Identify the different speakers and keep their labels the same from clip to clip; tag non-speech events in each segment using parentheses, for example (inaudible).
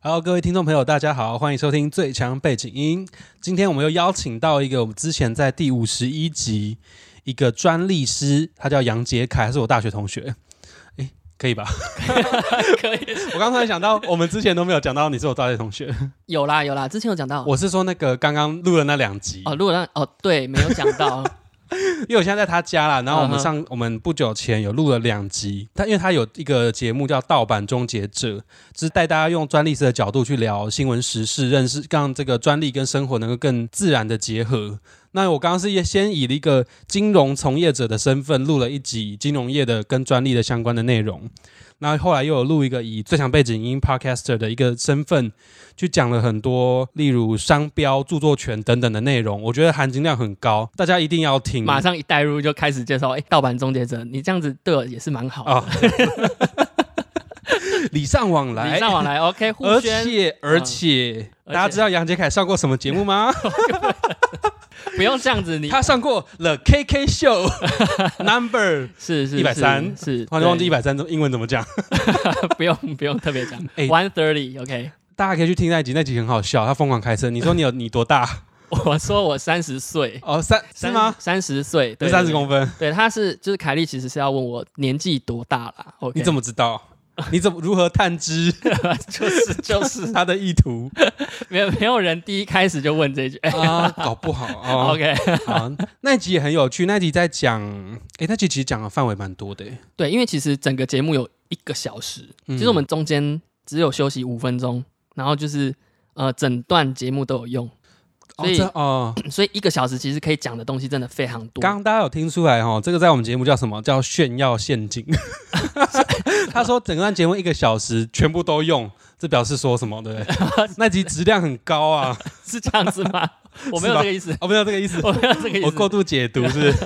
Speaker 1: Hello，各位听众朋友，大家好，欢迎收听最强背景音。今天我们又邀请到一个我们之前在第五十一集一个专利师，他叫杨杰凯，他是我大学同学。诶，可以吧？
Speaker 2: (laughs) 可以
Speaker 1: (laughs) 我刚突然想到，我们之前都没有讲到你是我大学同学。
Speaker 2: 有啦有啦，之前有讲到
Speaker 1: 我是说那个刚刚录的那两集，
Speaker 2: 哦，如果让哦对没有讲
Speaker 1: (laughs)
Speaker 2: 到，
Speaker 1: 因为我现在在他家啦。然后我们
Speaker 2: 嗯哼
Speaker 1: 上我们不久前有录了两集，他因为他有一个节目叫《盗版终结者》，就是带大家用专利师的角度去聊新闻时事，认识让这个专利跟生活能够更自然的结合。那我刚刚是也先以一个金融从业者的身份录了一集金融业的跟专利的相关的内容，那后来又有录一个以最强背景音 podcaster 的一个身份去讲了很多，例如商标、著作权等等的内容，我觉得含金量很高，大家一定要听。
Speaker 2: 马上一带入就开始介绍，哎，盗版终结者，你这样子对我也是蛮好的，
Speaker 1: 啊， (laughs) 礼尚往来，
Speaker 2: 礼尚往来，OK，
Speaker 1: (laughs)
Speaker 2: 互
Speaker 1: 而
Speaker 2: 宣，嗯
Speaker 1: 且而且，
Speaker 2: 而且
Speaker 1: 大家知道杨杰凯上过什么节目吗？
Speaker 2: 不用这样子，
Speaker 1: (laughs)
Speaker 2: 你
Speaker 1: 他上过 The KK
Speaker 2: (laughs)
Speaker 1: Show Number，
Speaker 2: 是是
Speaker 1: 130
Speaker 2: 是，
Speaker 1: (laughs) 突然忘记一
Speaker 2: 百，
Speaker 1: 百三中英文怎么讲，
Speaker 2: 不用不用特别讲
Speaker 1: (laughs) 哎
Speaker 2: ，one thirty，OK，
Speaker 1: 大家可以去听那集，那集很好笑，他疯狂开车。你说你有你多
Speaker 2: (laughs)
Speaker 1: 大？
Speaker 2: 我说我三十岁，
Speaker 1: 哦，三是吗？
Speaker 2: 三十岁，
Speaker 1: 不
Speaker 2: 对，
Speaker 1: 是三十
Speaker 2: 对
Speaker 1: 公分，
Speaker 2: 对，他是就是凯莉，其实是要问我年纪多大啦。o k
Speaker 1: 你怎
Speaker 2: 么
Speaker 1: 么知道？你怎么如何探
Speaker 2: (laughs)
Speaker 1: 知
Speaker 2: 就是就是
Speaker 1: 他的意图
Speaker 2: (laughs) 没有没有人第一开始就问这一句、哎
Speaker 1: 啊？搞不好
Speaker 2: (laughs)
Speaker 1: 哦。
Speaker 2: OK，
Speaker 1: 好，那集也很有趣，那集在讲，诶，那集其实讲的范围蛮多的。诶
Speaker 2: 对，因为其实整个节目有一个小时，
Speaker 1: 嗯
Speaker 2: 其实我们中间只有休息五分钟，然后就是呃整段节目都有用，
Speaker 1: 哦
Speaker 2: 所以
Speaker 1: 这哦，
Speaker 2: 所以一个小时其实可以讲的东西真的非常多。
Speaker 1: 刚刚大家有听出来哈、哦，这个在我们节目叫什么？叫炫耀陷
Speaker 2: (laughs)
Speaker 1: 阱。他说整段节目一个小时全部都用，这表示说什么？对不
Speaker 2: (laughs)
Speaker 1: 对？那集质量很高啊！
Speaker 2: 是这样子
Speaker 1: (laughs)
Speaker 2: 吗？我没
Speaker 1: 是
Speaker 2: 有
Speaker 1: 吧
Speaker 2: 这个意思，
Speaker 1: 哦，没有这个意思，
Speaker 2: (laughs) 我没有这个意思。
Speaker 1: 我过度解读是不 (laughs) 是。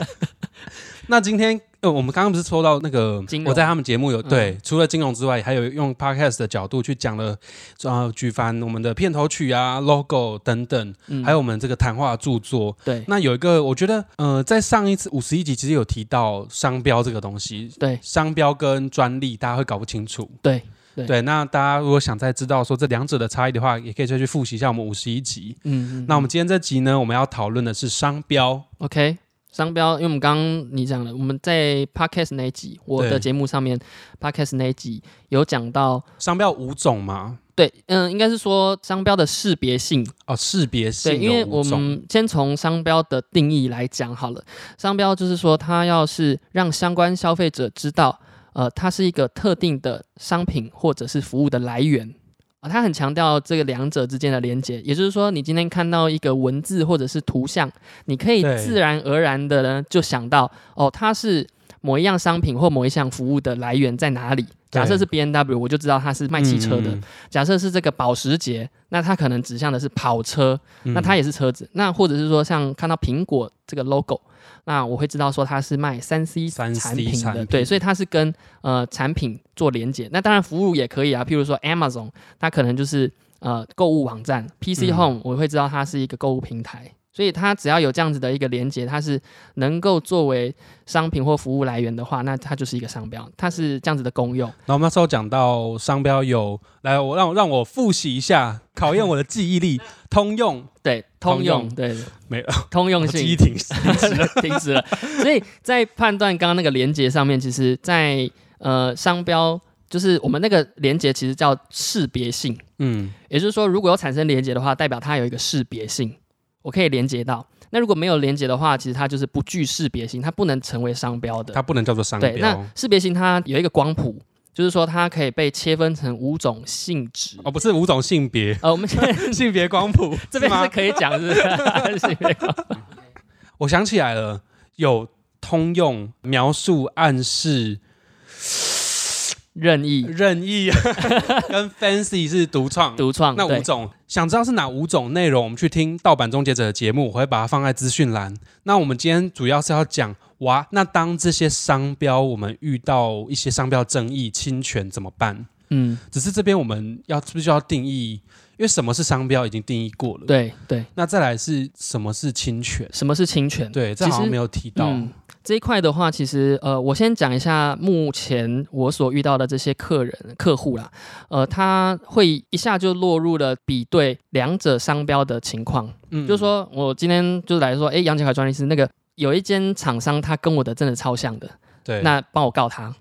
Speaker 1: 那今天呃，我们刚刚不是说到那个
Speaker 2: 金，融
Speaker 1: 我在他们节目有
Speaker 2: 嗯
Speaker 1: 对，除了金融之外，还有用 podcast 的角度去讲了，呃，举凡我们的片头曲啊、logo 等等，
Speaker 2: 嗯
Speaker 1: 还有我们这个谈话著作，
Speaker 2: 对
Speaker 1: 那有一个，我觉得，呃，在上一次五十一集其实有提到商标这个东西，
Speaker 2: 对
Speaker 1: 商标跟专利大家会搞不清楚。
Speaker 2: 对，对
Speaker 1: 对，那大家如果想再知道说这两者的差异的话，也可以再去复习一下我们五十一集。
Speaker 2: 嗯，嗯
Speaker 1: 那我们今天这集呢，我们要讨论的是商标，
Speaker 2: OK，商标，因为我们刚刚你讲了，我们在 Podcast 那一集，我
Speaker 1: 对
Speaker 2: 的节目上面 Podcast 那一集有讲到，
Speaker 1: 商标五种嘛，
Speaker 2: 对，嗯，应该是说商标的识别性，
Speaker 1: 哦，识别
Speaker 2: 对，
Speaker 1: 性
Speaker 2: 因为
Speaker 1: 有
Speaker 2: 我
Speaker 1: 五种，
Speaker 2: 们先从商标的定义来讲好了，商标就是说它要是让相关消费者知道，呃，它是一个特定的商品或者是服务的来源。啊，它很强调这个两者之间的连接，也就是说，你今天看到一个文字或者是图像，你可以
Speaker 1: 对
Speaker 2: 自然而然的呢就想到，哦，它是某一样商品或某一项服务的来源在哪里。假设
Speaker 1: 对
Speaker 2: 是 B N W，我就知道它是卖汽车的；
Speaker 1: 嗯
Speaker 2: 假设是这个保时捷，那它可能指向的是跑车。
Speaker 1: 嗯
Speaker 2: 那它也是车子。那或者是说，像看到苹果这个 logo，那我会知道说它是卖三 C 产
Speaker 1: 3C
Speaker 2: 品
Speaker 1: 产
Speaker 2: 的，
Speaker 1: 品
Speaker 2: 对，所以它是跟呃产品做连接。那当然服务也可以啊，譬如说 Amazon，它可能就是呃购物网站，PC
Speaker 1: 嗯
Speaker 2: Home，、我会知道它是一个购物平台。所以它只要有这样子的一个连接，它是能够作为商品或服务来源的话，那它就是一个商标，它是这样子的功用。
Speaker 1: 然后我们那时候讲到商标有，来我让我让我复习一下，考验我的记忆
Speaker 2: (laughs)
Speaker 1: 力，通用
Speaker 2: 对，通
Speaker 1: 通
Speaker 2: 用，
Speaker 1: 用
Speaker 2: 对，
Speaker 1: 没 (laughs) 有
Speaker 2: 通用性
Speaker 1: 记忆
Speaker 2: (laughs)
Speaker 1: 停止。
Speaker 2: 停止了。所以在判断刚刚那个连接上面，其实在呃商标，就是我们那个连接其实叫识别性，
Speaker 1: 嗯，
Speaker 2: 也就是说，如果有产生连接的话，代表它有一个识别性，我可以连接到。那如果没有连接的话，其实它就是不具识别性，它不能成为商标的。
Speaker 1: 它不能叫做商
Speaker 2: 对，那
Speaker 1: 标。
Speaker 2: 识别性它有一个光谱，就是说它可以被切分成五种性质。
Speaker 1: 哦，不是五种性
Speaker 2: (laughs)
Speaker 1: 别，
Speaker 2: 呃，我们现在
Speaker 1: 性别光谱
Speaker 2: (laughs) 这边
Speaker 1: 吗
Speaker 2: 是？可以讲，是不是？是没 (laughs) 有
Speaker 1: 我想起来了，有通用、描述、暗示、
Speaker 2: 任意
Speaker 1: 任
Speaker 2: (laughs)
Speaker 1: 意跟 fancy 是独创。
Speaker 2: 独创，
Speaker 1: 那
Speaker 2: 对
Speaker 1: 五种，想知道是哪五种内容，我们去听盗版终结者的节目，我会把它放在资讯栏。那我们今天主要是要讲，哇，那当这些商标我们遇到一些商标争议、侵权怎么办？
Speaker 2: 嗯，
Speaker 1: 只是这边我们要必须要定义，因为什么是商标已经定义过了。
Speaker 2: 对对。
Speaker 1: 那再来是什么是侵权？
Speaker 2: 什么是侵权？
Speaker 1: 对，这
Speaker 2: 其
Speaker 1: 好像
Speaker 2: 实
Speaker 1: 没有提到。
Speaker 2: 嗯这一块的话，其实呃，我先讲一下目前我所遇到的这些客人客户啦，呃，他会一下就落入了比对两者商标的情况。
Speaker 1: 嗯
Speaker 2: 就是，说我今天就是来说，哎、杨杰凯专利师那个有一间厂商，他跟我的真的超像的，
Speaker 1: 对，
Speaker 2: 那帮我告他。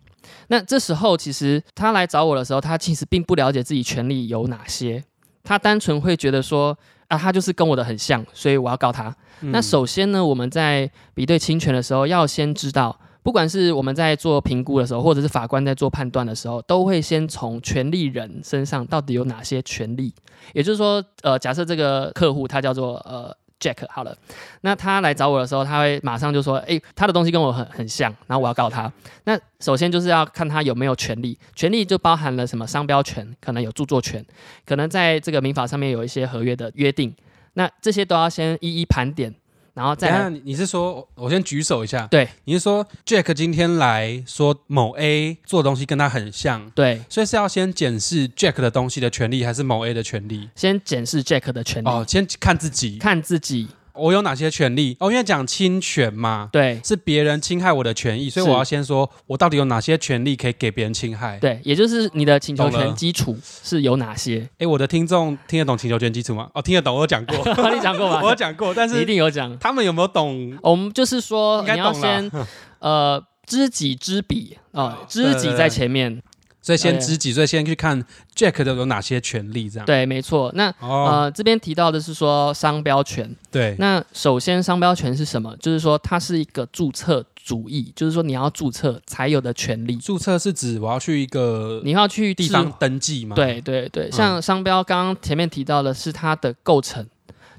Speaker 2: 那这时候其实他来找我的时候，他其实并不了解自己权利有哪些，他单纯会觉得说啊，他就是跟我的很像，所以我要告他。
Speaker 1: 嗯
Speaker 2: 那首先呢，我们在比对侵权的时候，要先知道，不管是我们在做评估的时候，或者是法官在做判断的时候，都会先从权利人身上到底有哪些权利。也就是说，呃，假设这个客户他叫做呃。Jack 好了，那他来找我的时候，他会马上就说：“诶，他的东西跟我很很像，然后我要告他。”那首先就是要看他有没有权利，权利就包含了什么商标权，可能有著作权，可能在这个民法上面有一些合约的约定，那这些都要先一一盘点，然后再
Speaker 1: 等一下
Speaker 2: 来
Speaker 1: 你你是说，我先举手一下，
Speaker 2: 对，
Speaker 1: 你是说 Jack 今天来说某 A 做的东西跟他很像，
Speaker 2: 对，
Speaker 1: 所以是要先检视 Jack 的东西的权利，还是某 A 的权利？
Speaker 2: 先检视 Jack 的权利，
Speaker 1: 哦，先看自己，
Speaker 2: 看自己
Speaker 1: 我有哪些权利？哦，因为讲侵权嘛，
Speaker 2: 对
Speaker 1: 是别人侵害我的权益，所以
Speaker 2: 是
Speaker 1: 我要先说我到底有哪些权利可以给别人侵害。
Speaker 2: 对，也就是你的请求
Speaker 1: 懂
Speaker 2: 权
Speaker 1: 了
Speaker 2: 基础是有哪些？
Speaker 1: (laughs) 哎，我的听众听得懂请求权基础吗？哦，听得懂，我有
Speaker 2: (laughs)
Speaker 1: 讲过，
Speaker 2: 你讲过
Speaker 1: 我有
Speaker 2: 吗？
Speaker 1: 讲过，但
Speaker 2: 你一
Speaker 1: 是
Speaker 2: 定有讲。
Speaker 1: (laughs) 他们有没有懂？
Speaker 2: 哦我们就是说，
Speaker 1: 应该
Speaker 2: 你要
Speaker 1: 懂啦
Speaker 2: 先
Speaker 1: (laughs)
Speaker 2: 呃知己知彼啊、
Speaker 1: 哦
Speaker 2: 呃知己在前面。
Speaker 1: 所以先
Speaker 2: 对
Speaker 1: 知己，所以先去看 Jack 的有哪些权利，这样。
Speaker 2: 对，没错。那
Speaker 1: 哦，
Speaker 2: 呃，这边提到的是说商标权。
Speaker 1: 对，
Speaker 2: 那首先，商标权是什么？就是说，它是一个注册主义，就是说你要注册才有的权利。
Speaker 1: 注册是指我要去一个
Speaker 2: 你要去
Speaker 1: 地
Speaker 2: 置
Speaker 1: 方登记吗？，
Speaker 2: 对对对，
Speaker 1: 嗯
Speaker 2: 像商标，刚刚前面提到的是它的构成，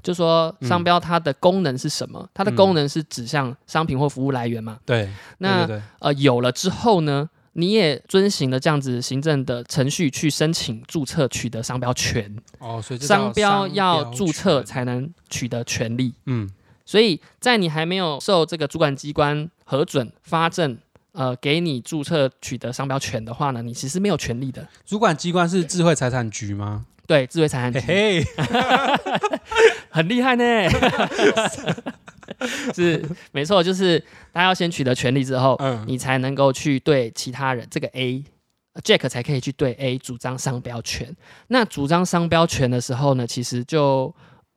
Speaker 2: 就说商
Speaker 1: 嗯
Speaker 2: 标它的功能是什么？它的功能是指向商品或服务来源嘛？
Speaker 1: 对，
Speaker 2: 那
Speaker 1: 对对对
Speaker 2: 呃有了之后呢，你也遵循了这样子行政的程序去申请注册取得商标权，
Speaker 1: 哦，所以这叫
Speaker 2: 商标要
Speaker 1: 商
Speaker 2: 注册
Speaker 1: 权，
Speaker 2: 才能取得权利。
Speaker 1: 嗯，
Speaker 2: 所以在你还没有受这个主管机关核准发证。呃，给你注册取得商标权的话呢，你其实没有权利的。
Speaker 1: 主管机关是智慧财产局吗？
Speaker 2: 对，智慧财产
Speaker 1: 嘿
Speaker 2: 局
Speaker 1: 嘿，
Speaker 2: 很厉害呢， (laughs) 是没错，就是他要先取得权利之后，
Speaker 1: 嗯，
Speaker 2: 你才能够去对其他人这个 A 呃 Jack 才可以去对 A 主张商标权。那主张商标权的时候呢，其实就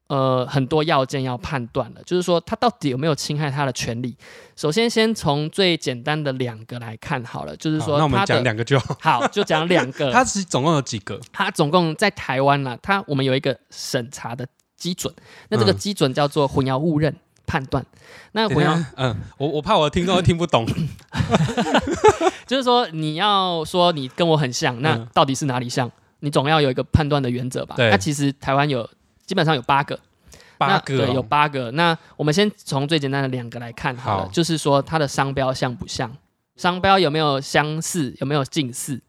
Speaker 2: 呃很多要件要判断了，就是说他到底有没有侵害他的权利。首先，先从最简单的两个来看好了，就是
Speaker 1: 好
Speaker 2: 说
Speaker 1: 那我
Speaker 2: 他
Speaker 1: 们
Speaker 2: 的
Speaker 1: 讲两个就好。
Speaker 2: 好，就讲两个。
Speaker 1: 它是总共有几个？
Speaker 2: 它总共在台湾啦，它我们有一个审查的基准，那这个
Speaker 1: 嗯
Speaker 2: 基准叫做混淆误认判断。那
Speaker 1: 等
Speaker 2: 混
Speaker 1: 一
Speaker 2: 淆
Speaker 1: 下嗯，我我怕我听众会听不
Speaker 2: (laughs)
Speaker 1: 懂。
Speaker 2: 就是说，你要说你跟我很像，那
Speaker 1: 嗯
Speaker 2: 到底是哪里像？你总要有一个判断的原则吧？
Speaker 1: 对
Speaker 2: 那其实台湾有基本上有八个，
Speaker 1: 八
Speaker 2: 那
Speaker 1: 个
Speaker 2: 对，有
Speaker 1: 哦，
Speaker 2: 八个。那我们先从最简单的两个来看好了，
Speaker 1: 好
Speaker 2: 就是说它的商标像不像，商标有没有相似，有没有近似。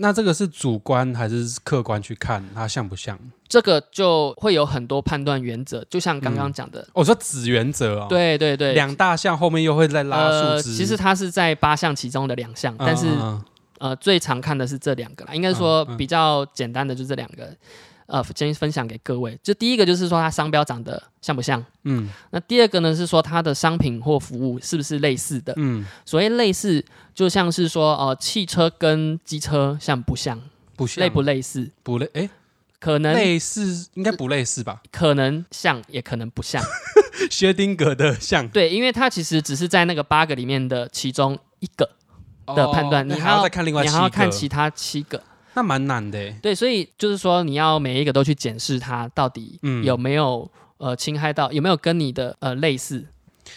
Speaker 1: 那这个是主观还是客观去看它像不像？
Speaker 2: 这个就会有很多判断原则，就像刚刚讲的，
Speaker 1: 我说子原嗯则哦，，
Speaker 2: 对对对，
Speaker 1: 两大项后面又会再拉
Speaker 2: 呃，
Speaker 1: 数字。
Speaker 2: 其实它是在八项其中的两项，
Speaker 1: 嗯，
Speaker 2: 但是
Speaker 1: 嗯嗯
Speaker 2: 呃最常看的是这两个啦，应该说比较简单的就这两个，呃，先分享给各位。就第一个就是说它商标长得像不像，
Speaker 1: 嗯
Speaker 2: 那第二个呢是说它的商品或服务是不是类似的。
Speaker 1: 嗯，
Speaker 2: 所谓类似，就像是说呃汽车跟机车像不像，
Speaker 1: 不像
Speaker 2: 类不类似？
Speaker 1: 不类？哎，
Speaker 2: 可能
Speaker 1: 类似应该不类似
Speaker 2: (laughs)
Speaker 1: 吧？
Speaker 2: 可能像，也可能
Speaker 1: (laughs)
Speaker 2: 不像。
Speaker 1: 薛丁格的像
Speaker 2: 对，因为它其实只是在那个八个里面的其中一个，的判断
Speaker 1: 哦那还
Speaker 2: 你还
Speaker 1: 要
Speaker 2: 要
Speaker 1: 再看另外
Speaker 2: 你
Speaker 1: 七
Speaker 2: 还要看
Speaker 1: 个
Speaker 2: 其他七个。
Speaker 1: 那蛮难的欸。
Speaker 2: 对，所以就是说，你要每一个都去检视它到底
Speaker 1: 嗯
Speaker 2: 有没有、呃侵害到，有没有跟你的呃类似。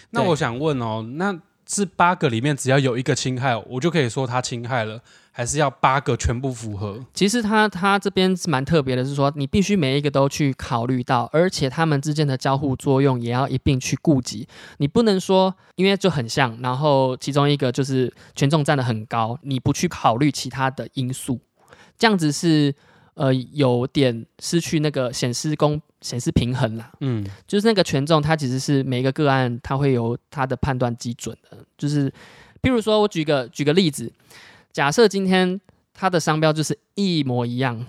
Speaker 1: 那
Speaker 2: 对
Speaker 1: 我想问哦，那是八个里面只要有一个侵害，我就可以说他侵害了，还是要八个全部符合？
Speaker 2: 其实它它这边是蛮特别的，是说你必须每一个都去考虑到，而且它们之间的交互作用也要一并去顾及。你不能说因为就很像，然后其中一个就是权重占的很高，你不去考虑其他的因素，这样子是呃有点失去那个显示公显示平衡啦。
Speaker 1: 嗯，
Speaker 2: 就是那个权重，它其实是每一个个案，它会有它的判断基准的。就是，譬如说，我举个举个例子，假设今天它的商标就是一模一样，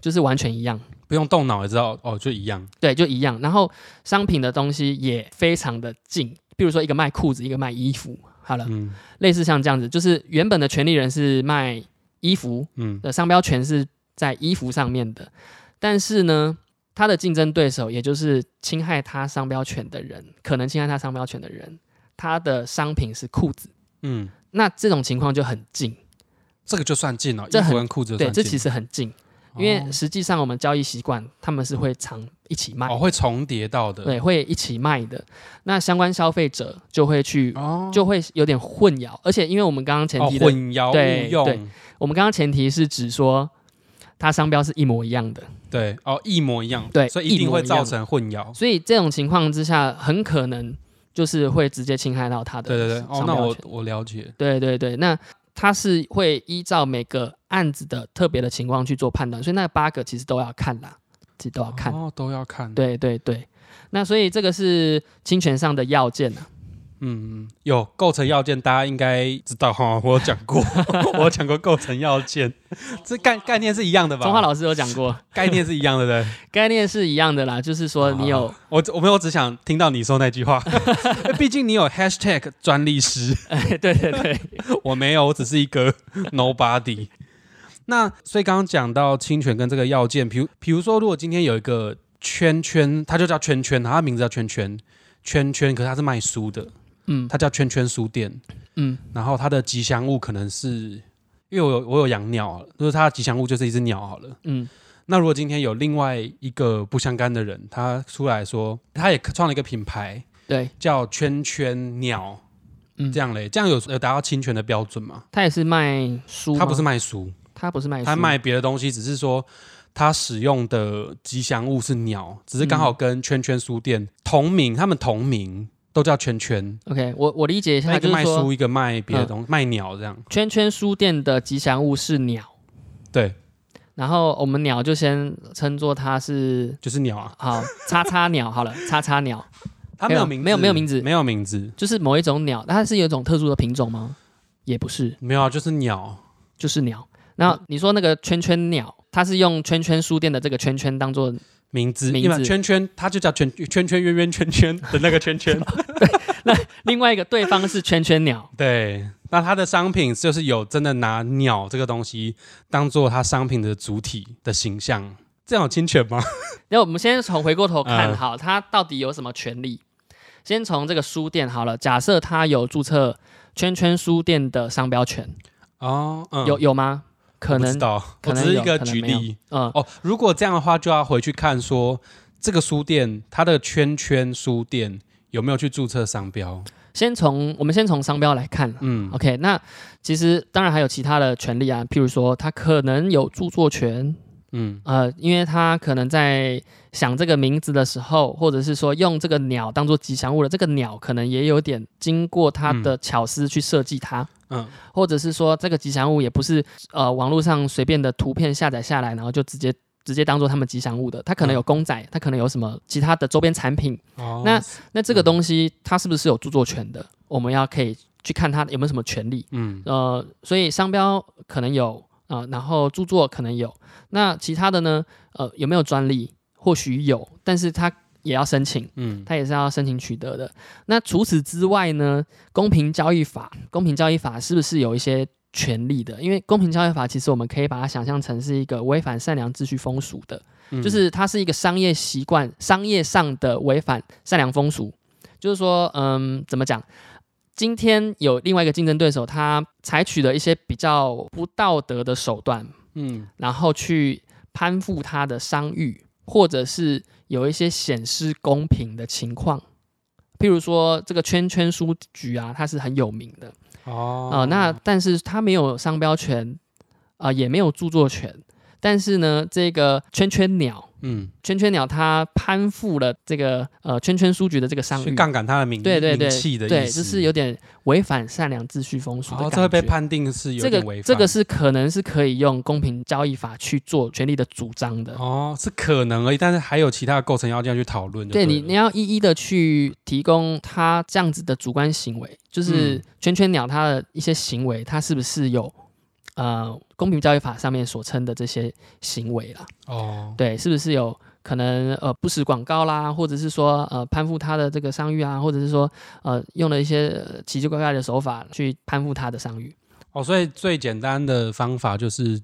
Speaker 2: 就是完全一样，
Speaker 1: 不用动脑也知道哦，就一样。
Speaker 2: 对，就一样。然后商品的东西也非常的近，譬如说一个卖裤子，一个卖衣服，好了，
Speaker 1: 嗯
Speaker 2: 类似像这样子，就是原本的权利人是卖衣服
Speaker 1: 嗯
Speaker 2: 的商标权是在衣服上面的，但是呢，他的竞争对手，也就是侵害他商标权的人，可能侵害他商标权的人，他的商品是裤子，
Speaker 1: 嗯，
Speaker 2: 那这种情况就很近，
Speaker 1: 这个就算近了，
Speaker 2: 这
Speaker 1: 衣服
Speaker 2: 很
Speaker 1: 跟裤子就
Speaker 2: 对，
Speaker 1: 算哦
Speaker 2: 这
Speaker 1: 近，
Speaker 2: 其实很近，因为实际上我们交易习惯，他们是会常一起卖
Speaker 1: 哦，哦会重叠到的，
Speaker 2: 对，会一起卖的，那相关消费者就会去。
Speaker 1: 哦，
Speaker 2: 就会有点混淆，而且因为我们刚刚前
Speaker 1: 哦
Speaker 2: 提的
Speaker 1: 混淆
Speaker 2: 对
Speaker 1: 误用
Speaker 2: 对，我们刚刚前提是指说，它商标是一模一样的，
Speaker 1: 对哦一模一样，
Speaker 2: 对
Speaker 1: 所以一定
Speaker 2: 一模
Speaker 1: 会
Speaker 2: 一样
Speaker 1: 造成混淆。
Speaker 2: 所以这种情况之下，很可能就是会直接侵害到它的
Speaker 1: 对对对，哦
Speaker 2: 商，
Speaker 1: 那
Speaker 2: 标
Speaker 1: 我
Speaker 2: 权。
Speaker 1: 我了解，
Speaker 2: 对对对，那它是会依照每个案子的特别的情况去做判断，所以那八个其实都要看啦，其实都要看。
Speaker 1: 哦，都要看，，
Speaker 2: 对对对，那所以这个是侵权上的要件
Speaker 1: (laughs)
Speaker 2: 啊。
Speaker 1: 嗯，嗯有构成要件，大家应该知道哈，我有讲过，
Speaker 2: (laughs)
Speaker 1: 我有讲过构成要件，这概概念是一样的吧？
Speaker 2: 中华老师有讲
Speaker 1: (laughs)
Speaker 2: 过，
Speaker 1: 概念是一样的，对。
Speaker 2: 概念是一样的啦，就是说
Speaker 1: 啊
Speaker 2: 你有 (laughs)
Speaker 1: 我只我没有，我只想听到你说那句话。毕竟你有 hashtag 专利师，
Speaker 2: 哎，对对
Speaker 1: (laughs)
Speaker 2: 对，
Speaker 1: 我没有，我只是一个 nobody。那所以刚刚讲到侵权跟这个要件，比如比如说，如果今天有一个圈圈，它就叫圈圈，它名字叫圈圈圈圈，可是它是卖书的，
Speaker 2: 嗯
Speaker 1: 它叫圈圈书店。
Speaker 2: 嗯，
Speaker 1: 然后它的吉祥物可能是，因为我有我有养鸟，就是它的吉祥物就是一只鸟好了。
Speaker 2: 嗯
Speaker 1: 那如果今天有另外一个不相干的人，他出来说，他也创了一个品牌
Speaker 2: 对，
Speaker 1: 叫圈圈鸟，
Speaker 2: 嗯
Speaker 1: 这样嘞，这样有有达到侵权的标准吗？
Speaker 2: 他也是卖书吗，
Speaker 1: 他不是卖书，
Speaker 2: 他不是卖书，
Speaker 1: 他卖别的东西，只是说他使用的吉祥物是鸟，只是刚好跟圈圈书店同名，他们同名都叫圈圈，
Speaker 2: OK，我我理解一
Speaker 1: 那
Speaker 2: 下，
Speaker 1: 一个
Speaker 2: 就是
Speaker 1: 卖
Speaker 2: 说嗯
Speaker 1: 书，一个卖别的东西，卖鸟这样。
Speaker 2: 圈圈书店的吉祥物是鸟，
Speaker 1: 对，
Speaker 2: 然后我们鸟就先称作它是
Speaker 1: 就是鸟啊，
Speaker 2: 好叉叉鸟好了，
Speaker 1: (laughs)
Speaker 2: 叉叉鸟
Speaker 1: 它没
Speaker 2: 没有
Speaker 1: 有名字，
Speaker 2: 没有没有名字
Speaker 1: 没有名字，
Speaker 2: 就是某一种鸟，它是有一种特殊的品种吗？也不是，
Speaker 1: 没有啊，就是鸟。
Speaker 2: 就是鸟。那你说那个圈圈鸟，它是用圈圈书店的这个圈圈当做
Speaker 1: 名字，
Speaker 2: 名
Speaker 1: 因为
Speaker 2: 字
Speaker 1: 圈圈，它就叫圈圈圈圆圆圈圈的那个圈圈。
Speaker 2: (laughs) 另外一个对方是圈圈
Speaker 1: (laughs)
Speaker 2: 鸟，
Speaker 1: 对，那它的商品就是有真的拿鸟这个东西当做它商品的主体的形象，这样有侵权吗？
Speaker 2: 那我们先从回过头看
Speaker 1: 嗯
Speaker 2: 好，它到底有什么权利？先从这个书店好了，假设它有注册圈圈书店的商标权，
Speaker 1: 哦，嗯，
Speaker 2: 有有吗？可
Speaker 1: 我不
Speaker 2: 能
Speaker 1: 知道，
Speaker 2: 可
Speaker 1: 我
Speaker 2: 能
Speaker 1: 只是一
Speaker 2: 有
Speaker 1: 个
Speaker 2: 可能
Speaker 1: 举
Speaker 2: 没有
Speaker 1: 例
Speaker 2: 嗯，
Speaker 1: 哦。如果这样的话，就要回去看说这个书店它的圈圈书店有没有去注册商标。
Speaker 2: 先从我们先从商标来看啦
Speaker 1: 嗯
Speaker 2: OK，那其实当然还有其他的权利啊，譬如说他可能有著作权，
Speaker 1: 嗯
Speaker 2: 呃，因为他可能在想这个名字的时候，或者是说用这个鸟当做吉祥物的这个鸟，可能也有点经过他的巧思去设计它，
Speaker 1: 嗯，
Speaker 2: 或者是说这个吉祥物也不是呃网络上随便的图片下载下来，然后就直接直接当做他们吉祥物的，它可能有公仔，它可能有什么其他的周边产品，
Speaker 1: 哦，
Speaker 2: 那那这个东西它是不是有著作权的？我们要可以去看它有没有什么权利。
Speaker 1: 嗯
Speaker 2: 呃，所以商标可能有啊、呃然后著作可能有，那其他的呢？呃，有没有专利？或许有，但是它也要申请，
Speaker 1: 嗯
Speaker 2: 它也是要申请取得的。那除此之外呢？公平交易法，公平交易法是不是有一些？权利的，因为公平交易法其实我们可以把它想象成是一个违反善良秩序风俗的，
Speaker 1: 嗯，
Speaker 2: 就是它是一个商业习惯、商业上的违反善良风俗。就是说，嗯，怎么讲？今天有另外一个竞争对手，他采取了一些比较不道德的手段，
Speaker 1: 嗯
Speaker 2: 然后去攀附他的商誉，或者是有一些显示公平的情况。譬如说，这个圈圈书局啊，它是很有名的，
Speaker 1: 哦
Speaker 2: 啊、那但是它没有商标权，啊、也没有著作权，但是呢，这个圈圈鸟，
Speaker 1: 嗯
Speaker 2: 圈圈鸟它攀附了这个呃圈圈书局的这个商
Speaker 1: 去
Speaker 2: 誉，
Speaker 1: 杠杆它的名
Speaker 2: 对对对
Speaker 1: 名气的意思，
Speaker 2: 对，就是有点违反善良秩序风俗
Speaker 1: 然
Speaker 2: 的
Speaker 1: 后这
Speaker 2: 感觉。
Speaker 1: 会被判定是有
Speaker 2: 这
Speaker 1: 点违
Speaker 2: 个
Speaker 1: 反。
Speaker 2: 这个是可能是可以用公平交易法去做权利的主张的。
Speaker 1: 哦，是可能而已，但是还有其他的构成要件要去讨论就
Speaker 2: 对
Speaker 1: 了。
Speaker 2: 你，你要一一的去提供他这样子的主观行为，就是
Speaker 1: 嗯
Speaker 2: 圈圈鸟它的一些行为，它是不是有呃公平交易法上面所称的这些行为啦？
Speaker 1: 哦，
Speaker 2: 对，是不是有可能呃不实广告啦，或者是说呃攀附他的这个商誉啊，或者是说呃用了一些呃奇奇怪怪的手法去攀附他的商誉。
Speaker 1: 哦，所以最简单的方法就是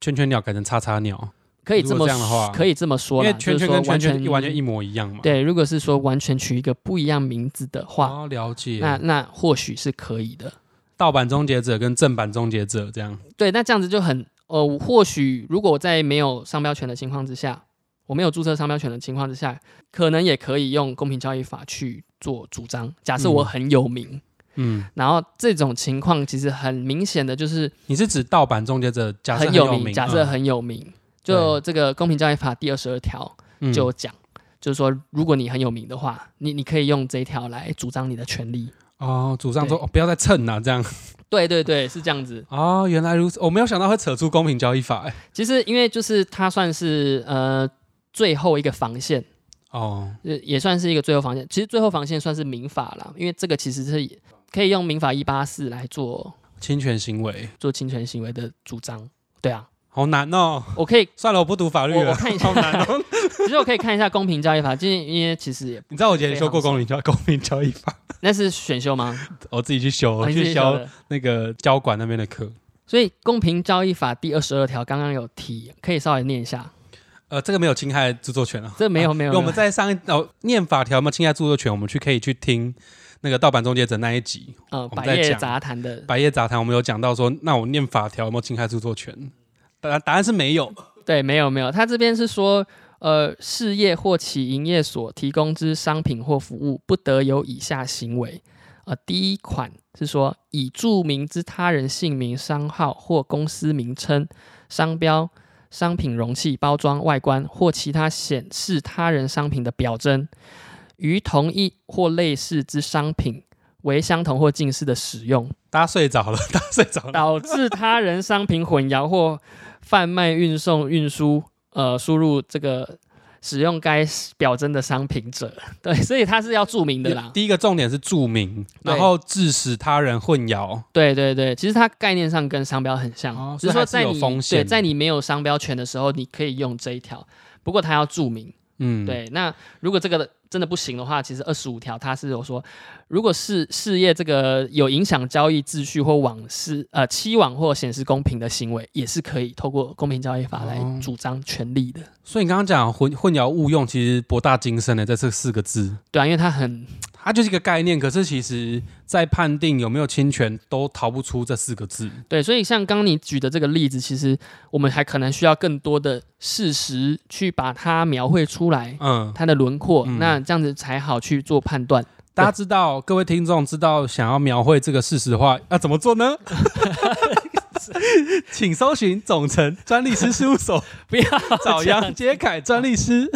Speaker 1: 圈圈鸟改成叉叉鸟，
Speaker 2: 可以
Speaker 1: 如
Speaker 2: 这
Speaker 1: 果
Speaker 2: 么
Speaker 1: 这样的话
Speaker 2: 可以这么
Speaker 1: 因
Speaker 2: 说啦，
Speaker 1: 为圈圈
Speaker 2: 就是
Speaker 1: 跟
Speaker 2: 说
Speaker 1: 圈
Speaker 2: 完
Speaker 1: 圈
Speaker 2: 全
Speaker 1: 一完全一模一样嘛。，
Speaker 2: 对，如果是说完全取一个不一样名字的话，
Speaker 1: 哦，了解。
Speaker 2: 那那或许是可以的。
Speaker 1: 盗版终结者跟正版终结者这样，
Speaker 2: 对，那这样子就很呃，或许如果在没有商标权的情况之下，我没有注册商标权的情况之下，可能也可以用公平交易法去做主张。假设我
Speaker 1: 嗯
Speaker 2: 很有名，
Speaker 1: 嗯，
Speaker 2: 然后这种情况其实很明显的就是
Speaker 1: 你是指盗版终结者？假设
Speaker 2: 很
Speaker 1: 有
Speaker 2: 名，假设
Speaker 1: 嗯
Speaker 2: 很有名，就这个公平交易法第二十二条
Speaker 1: 嗯
Speaker 2: 就有讲。就是说，如果你很有名的话，你你可以用这一条来主张你的权利。
Speaker 1: 哦，祖上说
Speaker 2: 对
Speaker 1: 哦，不要再蹭了、这样
Speaker 2: 对对对，是这样子。
Speaker 1: 哦，原来如此，我没有想到会扯出公平交易法、哎
Speaker 2: 其实因为就是它算是呃最后一个防线，
Speaker 1: 哦，
Speaker 2: 也也算是一个最后防线。其实最后防线算是民法啦，因为这个其实是可以用民法一八四来做
Speaker 1: 侵权行为
Speaker 2: 做侵权行为的主张。对啊，
Speaker 1: 好难哦，
Speaker 2: 我可以，
Speaker 1: 算了，我不读法律
Speaker 2: 我
Speaker 1: 了，
Speaker 2: 我看一下
Speaker 1: 好难
Speaker 2: (laughs)
Speaker 1: 哦。
Speaker 2: 其实我可以看一下公平交易法，就是因为其实也
Speaker 1: 你知道我以前修过公平交公平交易法，
Speaker 2: 那是选修吗？
Speaker 1: 我自己去修，我
Speaker 2: 还是
Speaker 1: 去
Speaker 2: 选修
Speaker 1: 修
Speaker 2: 的？
Speaker 1: 那个交管那边的课。
Speaker 2: 所以公平交易法第二十二条刚刚有提，可以稍微念一下。
Speaker 1: 呃，这个没有侵害著作权啊，
Speaker 2: 这没有没
Speaker 1: 因
Speaker 2: 有，
Speaker 1: 为
Speaker 2: 没有
Speaker 1: 我们在上一哦念法条有没有侵害著作权，我们去可以去听那个盗版终结者那一集
Speaker 2: 呃
Speaker 1: 们
Speaker 2: 百
Speaker 1: 在
Speaker 2: 业
Speaker 1: 讲
Speaker 2: 杂谈的
Speaker 1: 《百业杂谈》，我们有讲到说，那我念法条有没有侵害著作权？答答案是没有。
Speaker 2: 对，没有没有，他这边是说，呃，事业或其营业所提供之商品或服务，不得有以下行为。呃，第一款是说，以注明之他人姓名、商号或公司名称、商标、商品容器、包装、外观或其他显示他人商品的表征，于同一或类似之商品为相同或近似的使用，
Speaker 1: 大家睡
Speaker 2: (laughs)
Speaker 1: 着了，大家睡 (laughs) 着了。
Speaker 2: 导致他人商品混淆或贩卖、运送、运输，呃，输入这个使用该表征的商品者， (laughs) 对，所以他是要注明的啦。
Speaker 1: 第一个重点是注明，
Speaker 2: 对
Speaker 1: 然后致使他人混淆。
Speaker 2: 对对对，其实它概念上跟商标很像，
Speaker 1: 哦
Speaker 2: 只是说
Speaker 1: 所以还
Speaker 2: 在
Speaker 1: 是有
Speaker 2: 你
Speaker 1: 风险
Speaker 2: 对
Speaker 1: 的
Speaker 2: 在你没有商标权的时候，你可以用这一条，不过它要注明。
Speaker 1: 嗯，，
Speaker 2: 对，那如果这个真的不行的话，其实二十五条它是有说，如果是事业这个有影响交易秩序或往事呃期往或显示公平的行为，也是可以透过公平交易法来
Speaker 1: 哦
Speaker 2: 主张权利的。
Speaker 1: 所以你刚刚讲混混淆误用，其实博大精深的在这四个字，
Speaker 2: 对啊，因为它很
Speaker 1: 它就是一个概念。可是其实，在判定有没有侵权，都逃不出这四个字。
Speaker 2: 对，所以像刚你举的这个例子，其实我们还可能需要更多的事实去把它描绘出来，
Speaker 1: 嗯，
Speaker 2: 它的轮廓，
Speaker 1: 嗯
Speaker 2: 那这样子才好去做判断。 (laughs)
Speaker 1: 大家知道，各位听众知道，想要描绘这个事实的话，要怎么做
Speaker 2: (laughs)
Speaker 1: 呢？请搜寻总成专利师事务
Speaker 2: (laughs)
Speaker 1: 所，
Speaker 2: 不要
Speaker 1: 找
Speaker 2: 这样
Speaker 1: 杨杰凯专利师。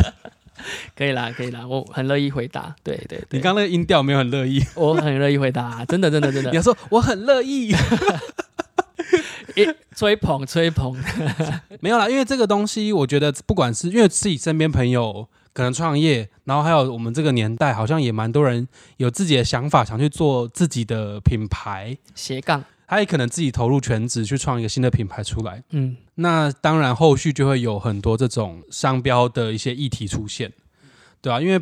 Speaker 2: 可以啦，可以啦，我很乐意回答。对对对，
Speaker 1: 你刚刚那个音调没有很乐意，
Speaker 2: 我很乐意回答、啊真的真的真的
Speaker 1: 你要。说我很乐意，
Speaker 2: 诶 (laughs) 吹捧吹捧，
Speaker 1: 没有啦，因为这个东西，我觉得不管是因为自己身边朋友可能创业，然后还有我们这个年代，好像也蛮多人有自己的想法，想去做自己的品牌，
Speaker 2: 斜杠，
Speaker 1: 他也可能自己投入全职去创一个新的品牌出来。
Speaker 2: 嗯，
Speaker 1: 那当然，后续就会有很多这种商标的一些议题出现，对啊，因为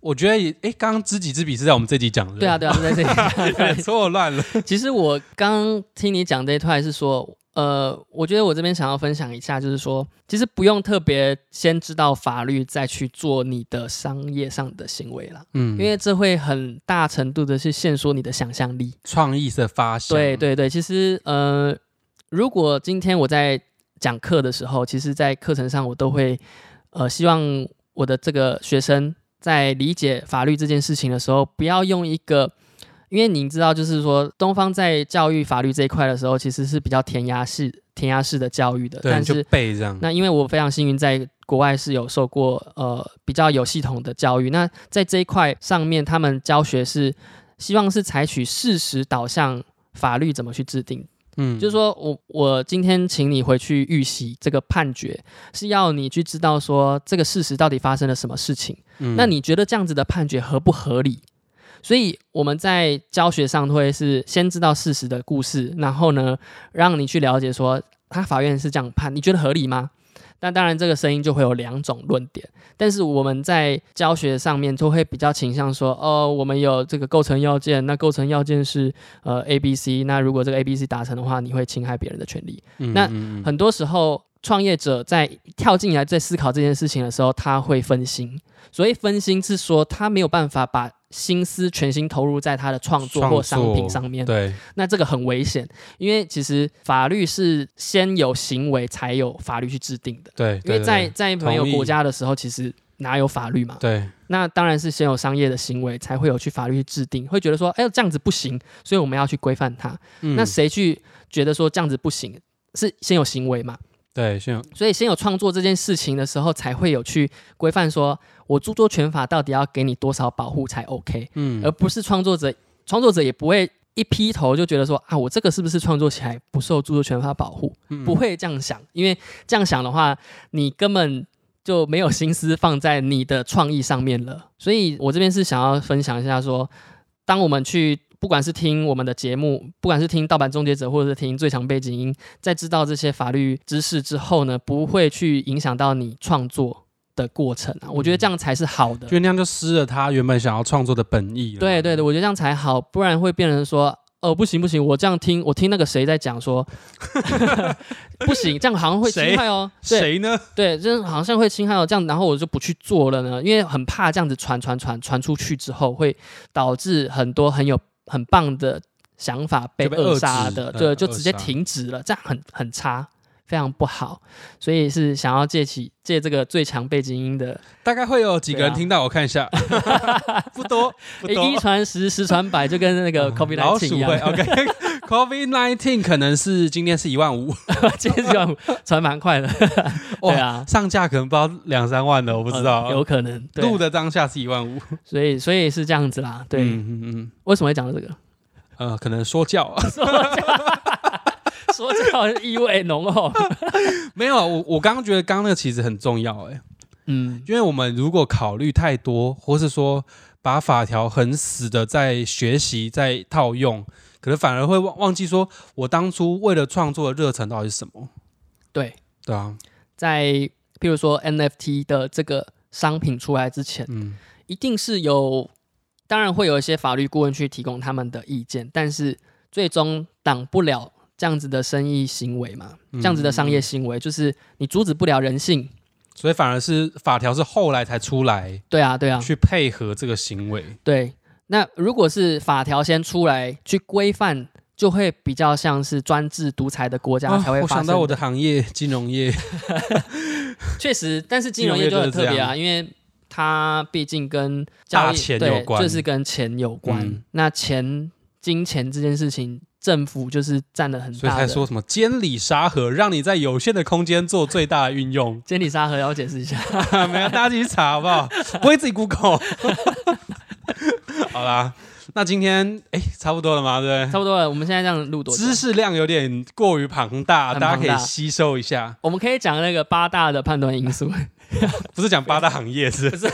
Speaker 1: 我觉得也，哎，刚刚知己知彼是在我们这集讲的，
Speaker 2: 对啊，，对啊，在这
Speaker 1: 有点
Speaker 2: 里。
Speaker 1: 错乱了。
Speaker 2: (laughs) 其实我刚听你讲这一段是说，呃，我觉得我这边想要分享一下，就是说，其实不用特别先知道法律，再去做你的商业上的行为啦，
Speaker 1: 嗯，
Speaker 2: 因为这会很大程度的去限缩你的想象力。
Speaker 1: 创意的发想，
Speaker 2: 对对对，其实呃，如果今天我在讲课的时候，其实，在课程上我都会呃，希望我的这个学生在理解法律这件事情的时候，不要用一个，因为你知道，就是说东方在教育法律这一块的时候，其实是比较填鸭式、填鸭式的教育的，
Speaker 1: 对，
Speaker 2: 但
Speaker 1: 你就是背这样，
Speaker 2: 那因为我非常幸运，在国外是有受过呃比较有系统的教育。那在这一块上面，他们教学是希望是采取事实导向法律怎么去制定，
Speaker 1: 嗯，
Speaker 2: 就是
Speaker 1: 说。
Speaker 2: 说我我今天请你回去预习这个判决，是要你去知道说这个事实到底发生了什么事情。
Speaker 1: 嗯
Speaker 2: 那你觉得这样子的判决合不合理？所以我们在教学上会是先知道事实啊的故事，然后呢，让你去了解说他法院是这样判，你觉得合理吗？那当然，这个声音就会有两种论点，但是我们在教学上面就会比较倾向说，哦，我们有这个构成要件，那构成要件是呃 A、B、C，那如果这个 A、B、C 达成的话，你会侵害别人的权利。
Speaker 1: 嗯
Speaker 2: 那
Speaker 1: 嗯嗯
Speaker 2: 很多时候，创业者在跳进来在思考这件事情的时候，他会分心。所以分心是说他没有办法把心思全心投入在他的创作
Speaker 1: 创
Speaker 2: 或商品
Speaker 1: 作
Speaker 2: 上面。
Speaker 1: 对，
Speaker 2: 那这个很危险，因为其实法律是先有行为才有法律去制定的。
Speaker 1: 对，
Speaker 2: 因为
Speaker 1: 对
Speaker 2: 在
Speaker 1: 对
Speaker 2: 在没有
Speaker 1: 同意
Speaker 2: 国家的时候，其实哪有法律嘛？
Speaker 1: 对
Speaker 2: 那当然是先有商业的行为，才会有去法律去制定，会觉得说，哎呦这样子不行，所以我们要去规范它。
Speaker 1: 嗯
Speaker 2: 那谁去觉得说这样子不行？是先有行为嘛？
Speaker 1: 对先有
Speaker 2: 所以先有创作这件事情的时候，才会有去规范说，我著作权法到底要给你多少保护才 OK，
Speaker 1: 嗯
Speaker 2: 而不是创作者，创作者也不会一劈头就觉得说啊，我这个是不是创作起来不受著作权法保护？
Speaker 1: 嗯
Speaker 2: 不会这样想，因为这样想的话，你根本就没有心思放在你的创意上面了。所以我这边是想要分享一下说，当我们去不管是听我们的节目，不管是听盗版终结者，或者是听最强背景音，在知道这些法律知识之后呢，不会去影响到你创作的过程啊。我
Speaker 1: 嗯
Speaker 2: 觉得这样才是好的。
Speaker 1: 就那样就失了他呃原本想要创作的本意了。
Speaker 2: 对对对，我觉得这样才好，不然会变成说，哦，不行不行，我这样听，我听那个谁在讲说， (laughs) 不行，这样好像会
Speaker 1: 谁
Speaker 2: 侵害哦。对，
Speaker 1: 谁呢？
Speaker 2: 对，就是好像会侵害到这样，然后我就不去做了呢，因为很怕这样子传传传传出去之后，会导致很多很有很棒的想法被
Speaker 1: 就被遏
Speaker 2: 扼杀
Speaker 1: 制
Speaker 2: 的，
Speaker 1: 对
Speaker 2: 对，就
Speaker 1: 嗯扼
Speaker 2: 直接
Speaker 1: 杀
Speaker 2: 停止了，这样很很差，非常不好。所以是想要借起借这个最强背景音的，
Speaker 1: 大概会有几个人
Speaker 2: 对啊
Speaker 1: 听到？我看一
Speaker 2: (laughs)
Speaker 1: 下，不多，不
Speaker 2: 诶一
Speaker 1: 多。
Speaker 2: 传十，十传百，就跟那
Speaker 1: (laughs)
Speaker 2: 个嗯 COVID
Speaker 1: 老
Speaker 2: nineteen
Speaker 1: 鼠
Speaker 2: 一
Speaker 1: 会哦
Speaker 2: 样， (laughs)
Speaker 1: OK。COVID nineteen 可能是今天是一万五，
Speaker 2: 其实就传蛮快的，对啊，
Speaker 1: 上架可能不知道两三万了，我不知
Speaker 2: 呃
Speaker 1: 道。
Speaker 2: 有可能对
Speaker 1: 录，的当下是一万五，
Speaker 2: 所以所以是这样子啦，对，
Speaker 1: 嗯嗯嗯，
Speaker 2: 为什么会讲到
Speaker 1: (laughs)
Speaker 2: 这个？
Speaker 1: 呃，可能说教 (laughs)
Speaker 2: 说教意味浓厚，
Speaker 1: 没有啊。我我刚刚觉得刚刚那个其实很重要，哎，
Speaker 2: 嗯，
Speaker 1: 因为我们如果考虑太多，或是说把法条很死的在学习、在套用，可能反而会忘忘记说我当初为了创作的热忱到底是什么。
Speaker 2: 对，
Speaker 1: 对啊，
Speaker 2: 在譬如说 NFT 的这个商品出来之前，
Speaker 1: 嗯，
Speaker 2: 一定是有，当然会有一些法律顾问去提供他们的意见，但是最终挡不了这样子的生意行为嘛，
Speaker 1: 嗯
Speaker 2: 这样子的商业行为，就是你阻止不了人性。
Speaker 1: 所以反而是法条是后来才出来
Speaker 2: 对啊，对啊，
Speaker 1: 去配合这个行为。
Speaker 2: 对。那如果是法条先出来去规范，就会比较像是专制独裁的国家才会
Speaker 1: 啊我
Speaker 2: 发
Speaker 1: 想
Speaker 2: 生的、
Speaker 1: 到我的行业金融业，
Speaker 2: 确实，但是金融业就很特
Speaker 1: 金融
Speaker 2: 别
Speaker 1: 业
Speaker 2: 啊，因为它毕竟跟交易
Speaker 1: 大钱
Speaker 2: 对
Speaker 1: 有关
Speaker 2: 就是跟钱有关。
Speaker 1: 嗯
Speaker 2: 那钱、金钱这件事情，政府就是占了很
Speaker 1: 所以
Speaker 2: 大
Speaker 1: 才
Speaker 2: 的。。
Speaker 1: 说什么监理沙盒，让你在有限的空间做最大的运用
Speaker 2: 监理沙盒要解释一下， (laughs)
Speaker 1: (laughs) 没有，大家自己去查好不好？不会自己 Google。好啦，那今天哎、差不多了吗？对不
Speaker 2: 差不多了。我们现在这样录多久？
Speaker 1: 知识量有点过于庞大，
Speaker 2: 很庞
Speaker 1: 大家
Speaker 2: 大
Speaker 1: 可以吸收一下。
Speaker 2: 我们可以讲那个八大的判断因素， (laughs)
Speaker 1: 不是讲八大行业是？不是， (laughs)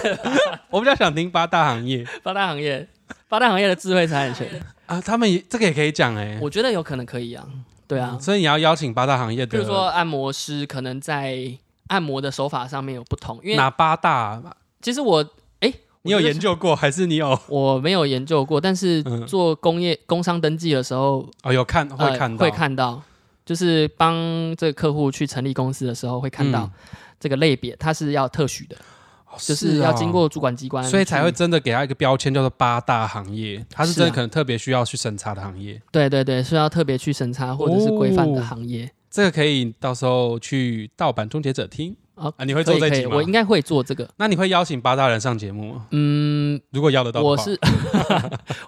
Speaker 1: 我比较想听八大行
Speaker 2: (laughs)
Speaker 1: 业
Speaker 2: 八大行业，八大行业的智慧财产权，
Speaker 1: 啊，他们也这个也可以讲哎、
Speaker 2: 我觉得有可能可以啊。对啊，
Speaker 1: 所以你要邀请八大行业的，
Speaker 2: 比如说按摩师可能在按摩的手法上面有不同，因为
Speaker 1: 哪八大啊、
Speaker 2: 其实我哎，
Speaker 1: 你有
Speaker 2: 我觉得
Speaker 1: 研究过还是你有
Speaker 2: 我没有研究过，但是
Speaker 1: 嗯
Speaker 2: 做工业工商登记的时候
Speaker 1: 哦有看会看
Speaker 2: 呃、
Speaker 1: 到、
Speaker 2: 会看到，就是帮这个客户去成立公司的时候会看
Speaker 1: 嗯
Speaker 2: 到这个类别，它是要特许的，
Speaker 1: 哦
Speaker 2: 就是
Speaker 1: 哦
Speaker 2: 要经过主管机关去，
Speaker 1: 所以才会真的给他一个标签，叫做八大行业，它是
Speaker 2: 是啊
Speaker 1: 真的可能特别需要去审查的行业。
Speaker 2: 对对对，是要特别去审查或者是规范的行业。
Speaker 1: 这个可以到时候去盗版终结者听
Speaker 2: 哦
Speaker 1: 啊，你会
Speaker 2: 可
Speaker 1: 做
Speaker 2: 以
Speaker 1: 这
Speaker 2: 可
Speaker 1: 集
Speaker 2: 以，
Speaker 1: 吗
Speaker 2: 我？应该会做这个。
Speaker 1: 那你会邀请八大人上节目吗？
Speaker 2: 嗯，
Speaker 1: 如果邀得到的话，
Speaker 2: 我是 (laughs)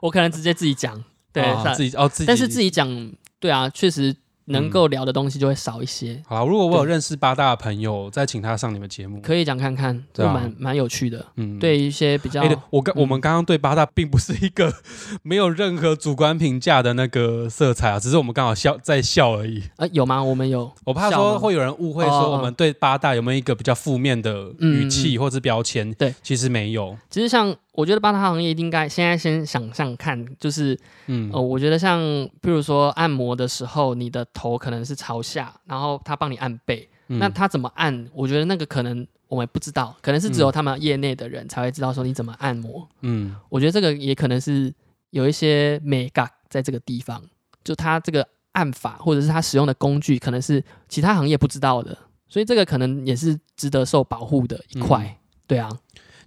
Speaker 2: 我可能直接自己讲，对，
Speaker 1: 哦
Speaker 2: 但
Speaker 1: 自己哦自己，嗯
Speaker 2: 但是自己讲，对啊，确实能够聊的东西就会少一些，
Speaker 1: 好啦。如果我有认识八大的朋友，再请他上你们节目。
Speaker 2: 可以讲看看，
Speaker 1: 对
Speaker 2: 就
Speaker 1: 啊
Speaker 2: 蛮蛮有趣的。
Speaker 1: 嗯，
Speaker 2: 对一些比较
Speaker 1: 哎。对我刚
Speaker 2: 嗯
Speaker 1: 我们刚刚对八大并不是一个 (laughs) 没有任何主观评价的那个色彩啊，只是我们刚好笑在笑而已。
Speaker 2: 呃，有吗？我们有，
Speaker 1: 我怕
Speaker 2: 笑
Speaker 1: 说
Speaker 2: 吗
Speaker 1: 会有人误会
Speaker 2: 哦嗯
Speaker 1: 说我们对八大有没有一个比较负面的语气或是标签，
Speaker 2: 对，
Speaker 1: 其实没有。
Speaker 2: 其实像我觉得八大行业应该现在先想象看，就是
Speaker 1: 嗯，
Speaker 2: 呃，我觉得像比如说按摩的时候，你的头可能是朝下，然后他帮你按背，
Speaker 1: 嗯
Speaker 2: 那他怎么按？我觉得那个可能我们不知道，可能是只有他们业内的人才会知道说你怎么按摩。
Speaker 1: 嗯
Speaker 2: 我觉得这个也可能是有一些美感在这个地方，就他这个按法或者是他使用的工具，可能是其他行业不知道的，所以这个可能也是值得受保护的一块。
Speaker 1: 嗯
Speaker 2: 对啊，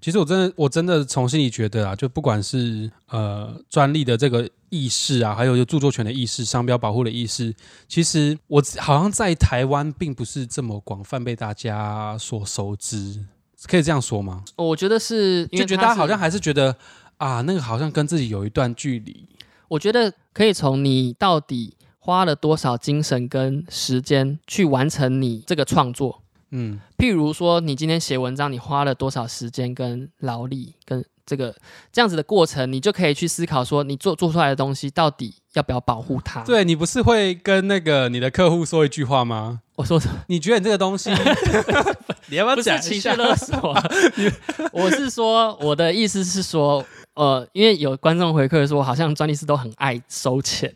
Speaker 1: 其实我真的我真的从心里觉得啊，就不管是呃专利的这个意识啊，还有就著作权的意识、商标保护的意识，其实我好像在台湾并不是这么广泛被大家所熟知，可以这样说吗？
Speaker 2: 我觉得是因
Speaker 1: 就
Speaker 2: 为
Speaker 1: 觉得
Speaker 2: 它
Speaker 1: 大家
Speaker 2: 是
Speaker 1: 好像还是觉得啊，那个好像跟自己有一段距离。
Speaker 2: 我觉得可以从你到底花了多少精神跟时间去完成你这个创作。
Speaker 1: 嗯
Speaker 2: 譬如说，你今天写文章，你花了多少时间跟劳力，跟这个这样子的过程，你就可以去思考说，你做做出来的东西到底要不要保护它？，
Speaker 1: 对你不是会跟那个你的客户说一句话吗？
Speaker 2: 我说什
Speaker 1: 你觉得你这个东
Speaker 2: (laughs)
Speaker 1: 西，你要不要
Speaker 2: 不
Speaker 1: 讲
Speaker 2: 是
Speaker 1: 一
Speaker 2: 情绪
Speaker 1: 下？
Speaker 2: 勒索，啊
Speaker 1: (laughs)
Speaker 2: 我是说我的意思是说，呃，因为有观众回馈说，好像专利师都很爱收钱，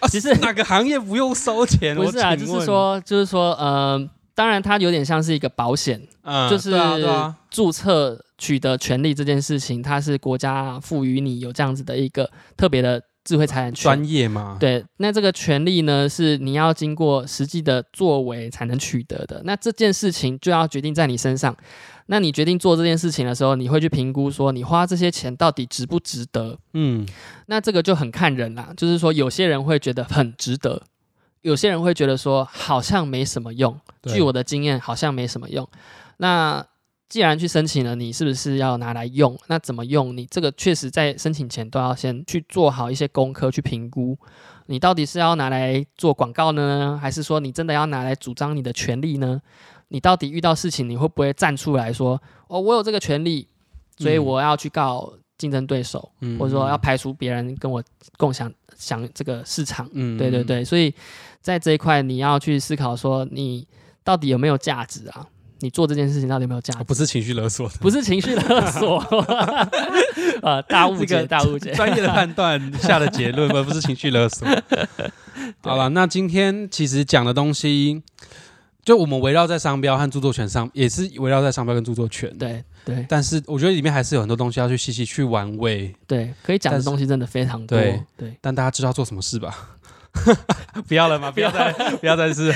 Speaker 1: 啊
Speaker 2: 其实
Speaker 1: 哪个行业不用收钱？
Speaker 2: 不是啊，
Speaker 1: 我
Speaker 2: 就
Speaker 1: 请
Speaker 2: 是
Speaker 1: 问，
Speaker 2: 说，就是说，呃，当然它有点像是一个保险，
Speaker 1: 嗯
Speaker 2: 就是
Speaker 1: 对啊，对啊，
Speaker 2: 注册取得权利这件事情，它是国家赋予你有这样子的一个特别的智慧财产权。
Speaker 1: 专业嘛，
Speaker 2: 对，那这个权利呢，是你要经过实际的作为才能取得的。那这件事情就要决定在你身上。那你决定做这件事情的时候，你会去评估说，你花这些钱到底值不值得？
Speaker 1: 嗯
Speaker 2: 那这个就很看人啦，就是说，有些人会觉得很值得，有些人会觉得说好像没什么用。
Speaker 1: 对
Speaker 2: 据我的经验，好像没什么用。那既然去申请了，你是不是要拿来用？那怎么用？你这个确实在申请前都要先去做好一些功课，去评估你到底是要拿来做广告呢，还是说你真的要拿来主张你的权利呢？你到底遇到事情，你会不会站出来说：“哦，我有这个权利，所以
Speaker 1: 嗯
Speaker 2: 我要去告竞争对手，
Speaker 1: 嗯
Speaker 2: 或者说要排除别人跟我共享享这个市场。”
Speaker 1: 嗯
Speaker 2: 对对，对，所以在这一块你要去思考说，你到底有没有价值啊？你做这件事情到底有没有价
Speaker 1: 啊
Speaker 2: 值？
Speaker 1: 不是情绪勒索的，
Speaker 2: 不是情绪勒 (laughs) 索，呃，大误
Speaker 1: (laughs) 这
Speaker 2: 解，
Speaker 1: 个
Speaker 2: 大误解。
Speaker 1: 专业的判
Speaker 2: (laughs)
Speaker 1: 断下的结论，而不是情绪勒索。好了，那今天其实讲的东西，就我们围绕在商标和著作权上，也是围绕在商标跟著作权。
Speaker 2: 对对
Speaker 1: 但是我觉得里面还是有很多东西要去细细去玩味，
Speaker 2: 对，可以讲
Speaker 1: 但
Speaker 2: 的
Speaker 1: 是
Speaker 2: 东西真的非常多。
Speaker 1: 对
Speaker 2: 对对
Speaker 1: 但大家知道做什么事吧？ (laughs) 不要了嘛，不要
Speaker 2: (laughs)
Speaker 1: 再不要再是，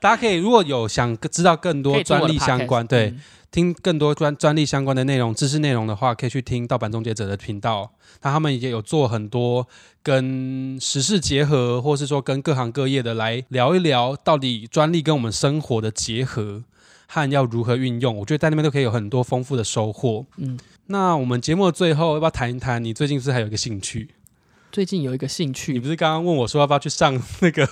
Speaker 1: 大家可以如果有想知道更
Speaker 2: 可
Speaker 1: 多
Speaker 2: 以听
Speaker 1: 专
Speaker 2: 我的
Speaker 1: 利相
Speaker 2: podcast，
Speaker 1: 关，对，
Speaker 2: 嗯
Speaker 1: 听更多专专利相关的内容、知识内容的话，可以去听盗版终结者的频道。那他们也有做很多跟时事结合，或是说跟各行各业的来聊一聊，到底专利跟我们生活的结合和要如何运用。我觉得在那边都可以有很多丰富的收获。
Speaker 2: 嗯，
Speaker 1: 那我们节目的最后，要不要谈一谈你最近是不是还有一个兴趣？
Speaker 2: 嗯最近有一个兴
Speaker 1: 你
Speaker 2: 趣
Speaker 1: 不是刚刚问我说要不要去上那个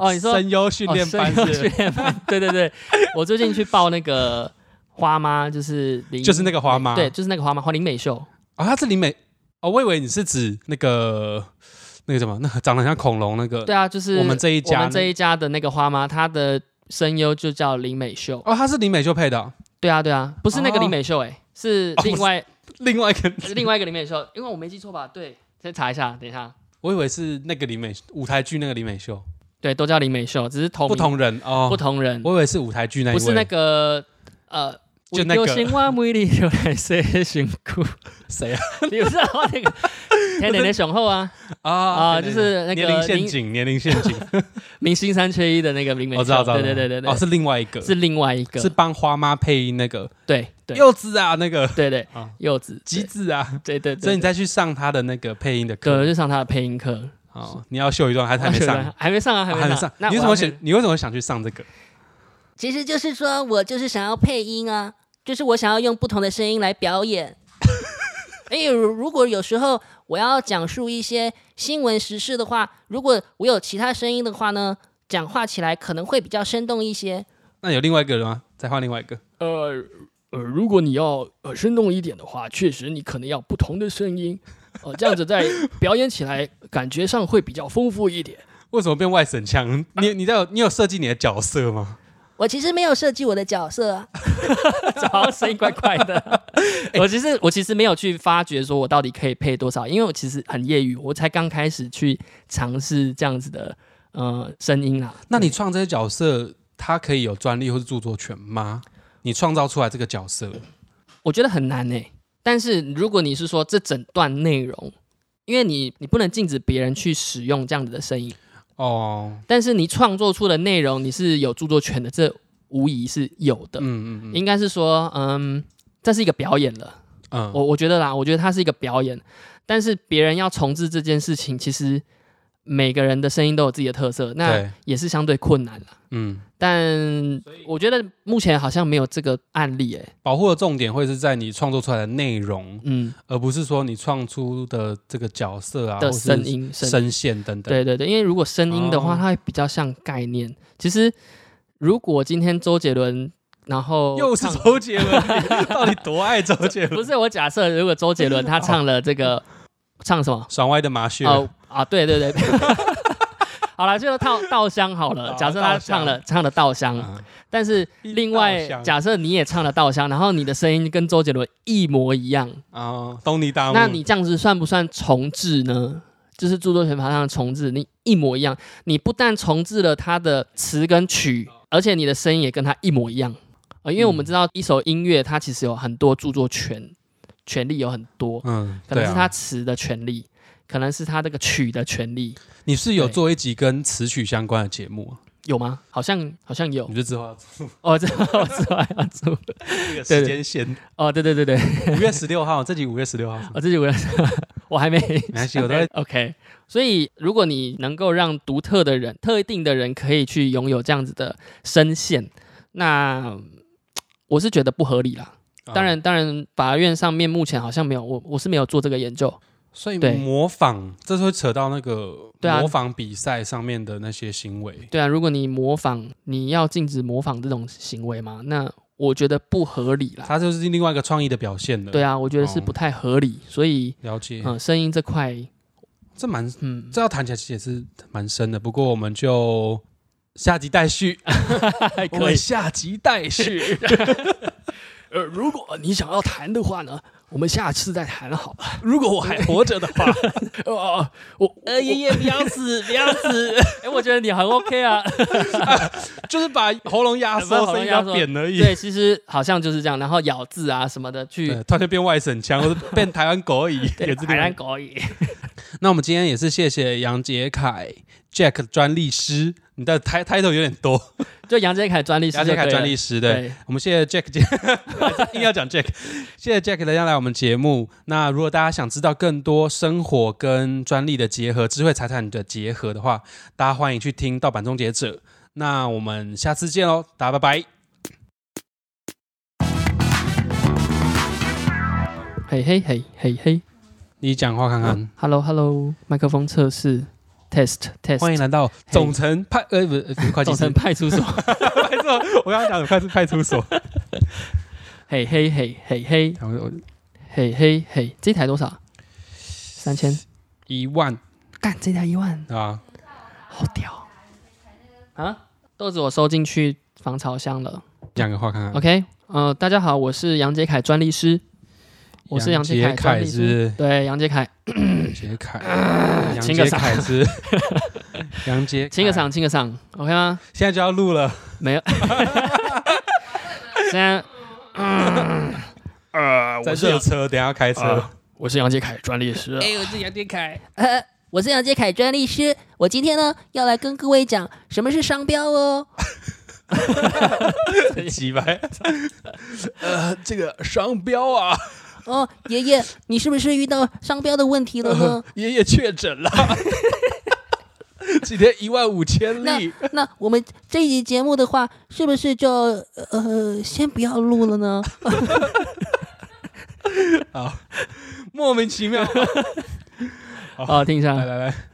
Speaker 2: 哦，你
Speaker 1: (laughs)
Speaker 2: 说
Speaker 1: 声优训
Speaker 2: 哦
Speaker 1: 练班
Speaker 2: 声
Speaker 1: 是不
Speaker 2: 优
Speaker 1: 是
Speaker 2: 训练班， (laughs) 对对对，我最近去报那个花妈，就是林，
Speaker 1: 就是那个花妈
Speaker 2: 对，就是那个花妈，花林美秀，
Speaker 1: 啊，它是林美哦，我以为你是指那个那个什么，那个长得很像恐龙那个。
Speaker 2: 对啊，就是
Speaker 1: 我们这一家
Speaker 2: 我们这一家的那个花妈，她的声优就叫林美秀。
Speaker 1: 哦，它是林美秀配的哦、
Speaker 2: 对啊，对啊，不是那个
Speaker 1: 哦
Speaker 2: 林美秀、欸，是
Speaker 1: 哦
Speaker 2: 另外、
Speaker 1: 另外一个，
Speaker 2: 另外一个林美秀，因为我没记错吧？对，先查一下，等一下，
Speaker 1: 我以为是那个林美舞台剧那个林美秀，
Speaker 2: 对，都叫林美秀，只是同
Speaker 1: 不
Speaker 2: 名、
Speaker 1: 同人哦，
Speaker 2: 不同人，
Speaker 1: 我以为是舞台剧那一位，
Speaker 2: 不是那个呃。
Speaker 1: 就那个
Speaker 2: 我流行我美丽就来谁辛苦，
Speaker 1: 谁啊
Speaker 2: 你不知道那个天天的雄厚啊
Speaker 1: 啊
Speaker 2: (laughs) 啊，
Speaker 1: 对
Speaker 2: 就
Speaker 1: 对
Speaker 2: 是那
Speaker 1: 对年龄
Speaker 2: 个
Speaker 1: 陷
Speaker 2: 明
Speaker 1: 阱，年龄陷
Speaker 2: (laughs)
Speaker 1: 阱，
Speaker 2: 明星三缺一的那个林美秀，
Speaker 1: 我知道，知道，
Speaker 2: 对
Speaker 1: 知
Speaker 2: 对
Speaker 1: 道
Speaker 2: 对对对，
Speaker 1: 哦，是另外一个，
Speaker 2: 是另外一个，
Speaker 1: 是帮花妈配音那个
Speaker 2: 对对
Speaker 1: 柚子啊，那个
Speaker 2: 对对
Speaker 1: 啊
Speaker 2: 柚子，
Speaker 1: 吉子啊，
Speaker 2: 对对对，
Speaker 1: 所以你
Speaker 2: 在
Speaker 1: 再去上他的那个配音的
Speaker 2: 对
Speaker 1: 课，
Speaker 2: 就上他的配音课，
Speaker 1: 哦，你要秀一段， (laughs) 还是还没上，啊，
Speaker 2: (laughs) 还没上啊，还
Speaker 1: 还没上
Speaker 2: 上，，那
Speaker 1: 你为什
Speaker 2: 我
Speaker 1: 么
Speaker 2: 要
Speaker 1: 想，你为什么想去上这个？
Speaker 3: 其实就是说我就是想要配音啊，就是我想要用不同的声音来表演。 (laughs) 哎，如如果有时候我要讲述一些新闻时事的话，如果我有其他声音的话呢，讲话起来可能会比较生动一些。
Speaker 1: 那有另外一个人吗？再换另外一个，
Speaker 2: 呃呃，如果你要呃生动一点的话，确实你可能要不同的声音，呃，这样子在表演起来感觉上会比较丰富一 (laughs) 点。
Speaker 1: 为什么变外省腔？你你在有你有设计你的角色吗？
Speaker 3: 我其实没有设计我的角色啊，
Speaker 2: 好像声音怪怪
Speaker 1: (laughs)
Speaker 2: 的。我其实我其实没有去发掘说我到底可以配多少，因为我其实很业余，我才刚开始去尝试这样子的呃声音啊。
Speaker 1: 那你
Speaker 2: 对
Speaker 1: 创这些角色他可以有专利或是著作权吗？你创造出来这个角色，
Speaker 2: 我觉得很难诶、欸但是如果你是说这整段内容，因为你你不能禁止别人去使用这样子的声音，
Speaker 1: 哦，
Speaker 2: 但是你创作出的内容你是有著作权的，这无疑是有的。
Speaker 1: 嗯嗯嗯
Speaker 2: 应该是说，嗯，这是一个表演了。
Speaker 1: 嗯，
Speaker 2: 我我觉得啦，我觉得它是一个表演，但是别人要重置这件事情，其实每个人的声音都有自己的特色，那
Speaker 1: 对，
Speaker 2: 也是相对困难了。
Speaker 1: 嗯，
Speaker 2: 但我觉得目前好像没有这个案例、欸，
Speaker 1: 保护的重点会是在你创作出来的内容，
Speaker 2: 嗯，
Speaker 1: 而不是说你创出的这个角色啊，
Speaker 2: 的
Speaker 1: 或是
Speaker 2: 声音声
Speaker 1: 声线等等。
Speaker 2: 对对对，因为如果声音的话，
Speaker 1: 哦
Speaker 2: 它会比较像概念。其实，如果今天周杰伦，然后
Speaker 1: 又是
Speaker 2: 唱
Speaker 1: 周杰伦，你到底多爱周 (laughs) 杰伦？
Speaker 2: 不是我假设，如果周杰伦他唱了这个、唱什么？
Speaker 1: 爽歪的麻雀，
Speaker 2: 哦啊，对对 (laughs) 对。好了，就是稻稻香好了。
Speaker 1: 好
Speaker 2: 假设他
Speaker 1: 稻香
Speaker 2: 唱了唱了稻香，
Speaker 1: 嗯
Speaker 2: 但是另外
Speaker 1: 稻香
Speaker 2: 假设你也唱了稻香，然后你的声音跟周杰伦一模一样，
Speaker 1: 啊，东尼大木，
Speaker 2: 那你这样子算不算重置呢？就是著作权法上的重置，你一模一样，你不但重置了它的词跟曲，而且你的声音也跟它一模一样。呃，因为我
Speaker 1: 嗯
Speaker 2: 们知道一首音乐它其实有很多著作权，权利有很多，
Speaker 1: 嗯，
Speaker 2: 可
Speaker 1: 对
Speaker 2: 能是
Speaker 1: 啊
Speaker 2: 它词的权利，可能是它这个曲的权利，
Speaker 1: 你是有
Speaker 2: 对
Speaker 1: 做一集跟词曲相关的节目啊，
Speaker 2: 有吗？好像好像有
Speaker 1: 你，就知道
Speaker 2: 哦，这 (laughs) 我知道要做，
Speaker 1: 这个
Speaker 2: 对
Speaker 1: 时间线。
Speaker 2: 哦，对对对对，
Speaker 1: (laughs) 五月十六号，这集五月十六号，
Speaker 2: (laughs) 我哦自己我我还没
Speaker 1: 没关系，我都在
Speaker 2: (laughs) OK，所以如果你能够让独特的人、特定的人可以去拥有这样子的声线，那嗯我是觉得不合理啦。
Speaker 1: 啊
Speaker 2: 当然，当然，法院上面目前好像没有，我我是没有做这个研究。
Speaker 1: 所以
Speaker 2: 对
Speaker 1: 模仿，这是会扯到那个
Speaker 2: 对啊
Speaker 1: 模仿比赛上面的那些行为。
Speaker 2: 对啊，如果你模仿，你要禁止模仿这种行为嘛？那我觉得不合理啦。
Speaker 1: 它就是另外一个创意的表现了。
Speaker 2: 对啊，我觉得是不太合理。所以，
Speaker 1: 了解，
Speaker 2: 嗯、声音这块，
Speaker 1: 这蛮
Speaker 2: 嗯，
Speaker 1: 这要谈起来其实也是蛮深的。不过我们就下集待续，
Speaker 2: (laughs) 还
Speaker 1: 我们下集待续。
Speaker 2: (laughs) 呃，如果你想要谈的话呢，我们下次再谈好了。
Speaker 1: 如果我还活着的话，
Speaker 2: (laughs) 哦哦，我
Speaker 3: 呃，爷爷不要死，不要 (laughs) 死。
Speaker 2: 哎、我觉得你很 OK
Speaker 1: (laughs)
Speaker 2: 啊。
Speaker 1: 就是把喉咙压
Speaker 2: 把
Speaker 1: 缩，声
Speaker 2: 喉咙
Speaker 1: 音
Speaker 2: 压
Speaker 1: 要
Speaker 2: 缩
Speaker 1: 扁而已。
Speaker 2: 对，其实好像就是这样，然后咬字啊什么的去
Speaker 1: 对，突然就变外省腔，或者变台湾狗而已，也是
Speaker 2: 海南
Speaker 1: 变。
Speaker 2: 狗语。
Speaker 1: 那我们今天也是谢谢杨杰凯 Jack 专利师，你的 title 有点多，
Speaker 2: 就杨杰凯专利师，
Speaker 1: 杨杰凯专利
Speaker 2: 师，
Speaker 1: 师对。
Speaker 2: 对，
Speaker 1: 我们谢谢 Jack 姐， (laughs) 硬要讲 Jack，谢谢 Jack 的将来我们节目。那如果大家想知道更多生活跟专利的结合、智慧财产的结合的话，大家欢迎去听《盗版终结者》。那我们下次见喽，大家拜拜。
Speaker 2: 嘿嘿嘿嘿嘿
Speaker 1: 你讲话看看。
Speaker 2: ，Hello Hello，麦克风测试，test test，
Speaker 1: 欢迎来到总城派呃不呃不是会计
Speaker 2: 总
Speaker 1: 师
Speaker 2: 成派出所，
Speaker 1: 派出所，我刚刚讲的派出派出所。 (laughs)
Speaker 2: 嘿嘿嘿嘿嘿
Speaker 1: 然后我
Speaker 2: 嘿嘿嘿，这台多少？三千，
Speaker 1: 一万
Speaker 2: 干这台一万，
Speaker 1: 啊，
Speaker 2: 好屌啊！豆子我收进去防潮箱了。
Speaker 1: 讲个话看看。
Speaker 2: OK，呃，大家好，我是杨杰凯专利师，我是杨杰
Speaker 1: 杰
Speaker 2: 专利
Speaker 1: 凯
Speaker 2: 师，
Speaker 1: 是
Speaker 2: 对，杨杰凯，
Speaker 1: 杰凯，杨
Speaker 2: 啊清个
Speaker 1: 杰
Speaker 2: 嗓
Speaker 1: 凯是杨杰，
Speaker 2: 清个，嗓，清个嗓，OK 吗？
Speaker 1: 现在就要录了。
Speaker 2: 没有，现在
Speaker 1: 在热车，等一下要开车。
Speaker 2: (laughs) 我是杨杰凯专利师，啊
Speaker 3: 哎，我是杨杰凯，呃我是杨杰凯专利师。我今天呢要来跟各位讲什么是商标哦。
Speaker 1: 几百？ (laughs) 呃，这个商标啊，
Speaker 3: 哦，爷爷，你是不是遇到商标的问题
Speaker 2: 嗯
Speaker 1: (laughs)
Speaker 3: 了呢？
Speaker 1: 爷爷确诊
Speaker 2: (laughs)
Speaker 1: 了，今天一万五千
Speaker 3: 那
Speaker 1: 例。
Speaker 3: (laughs) 那我们这一集节目的话，是不是就呃先不要录了呢？
Speaker 1: 莫名其妙。
Speaker 2: 好，听一下哦
Speaker 1: 来。来来，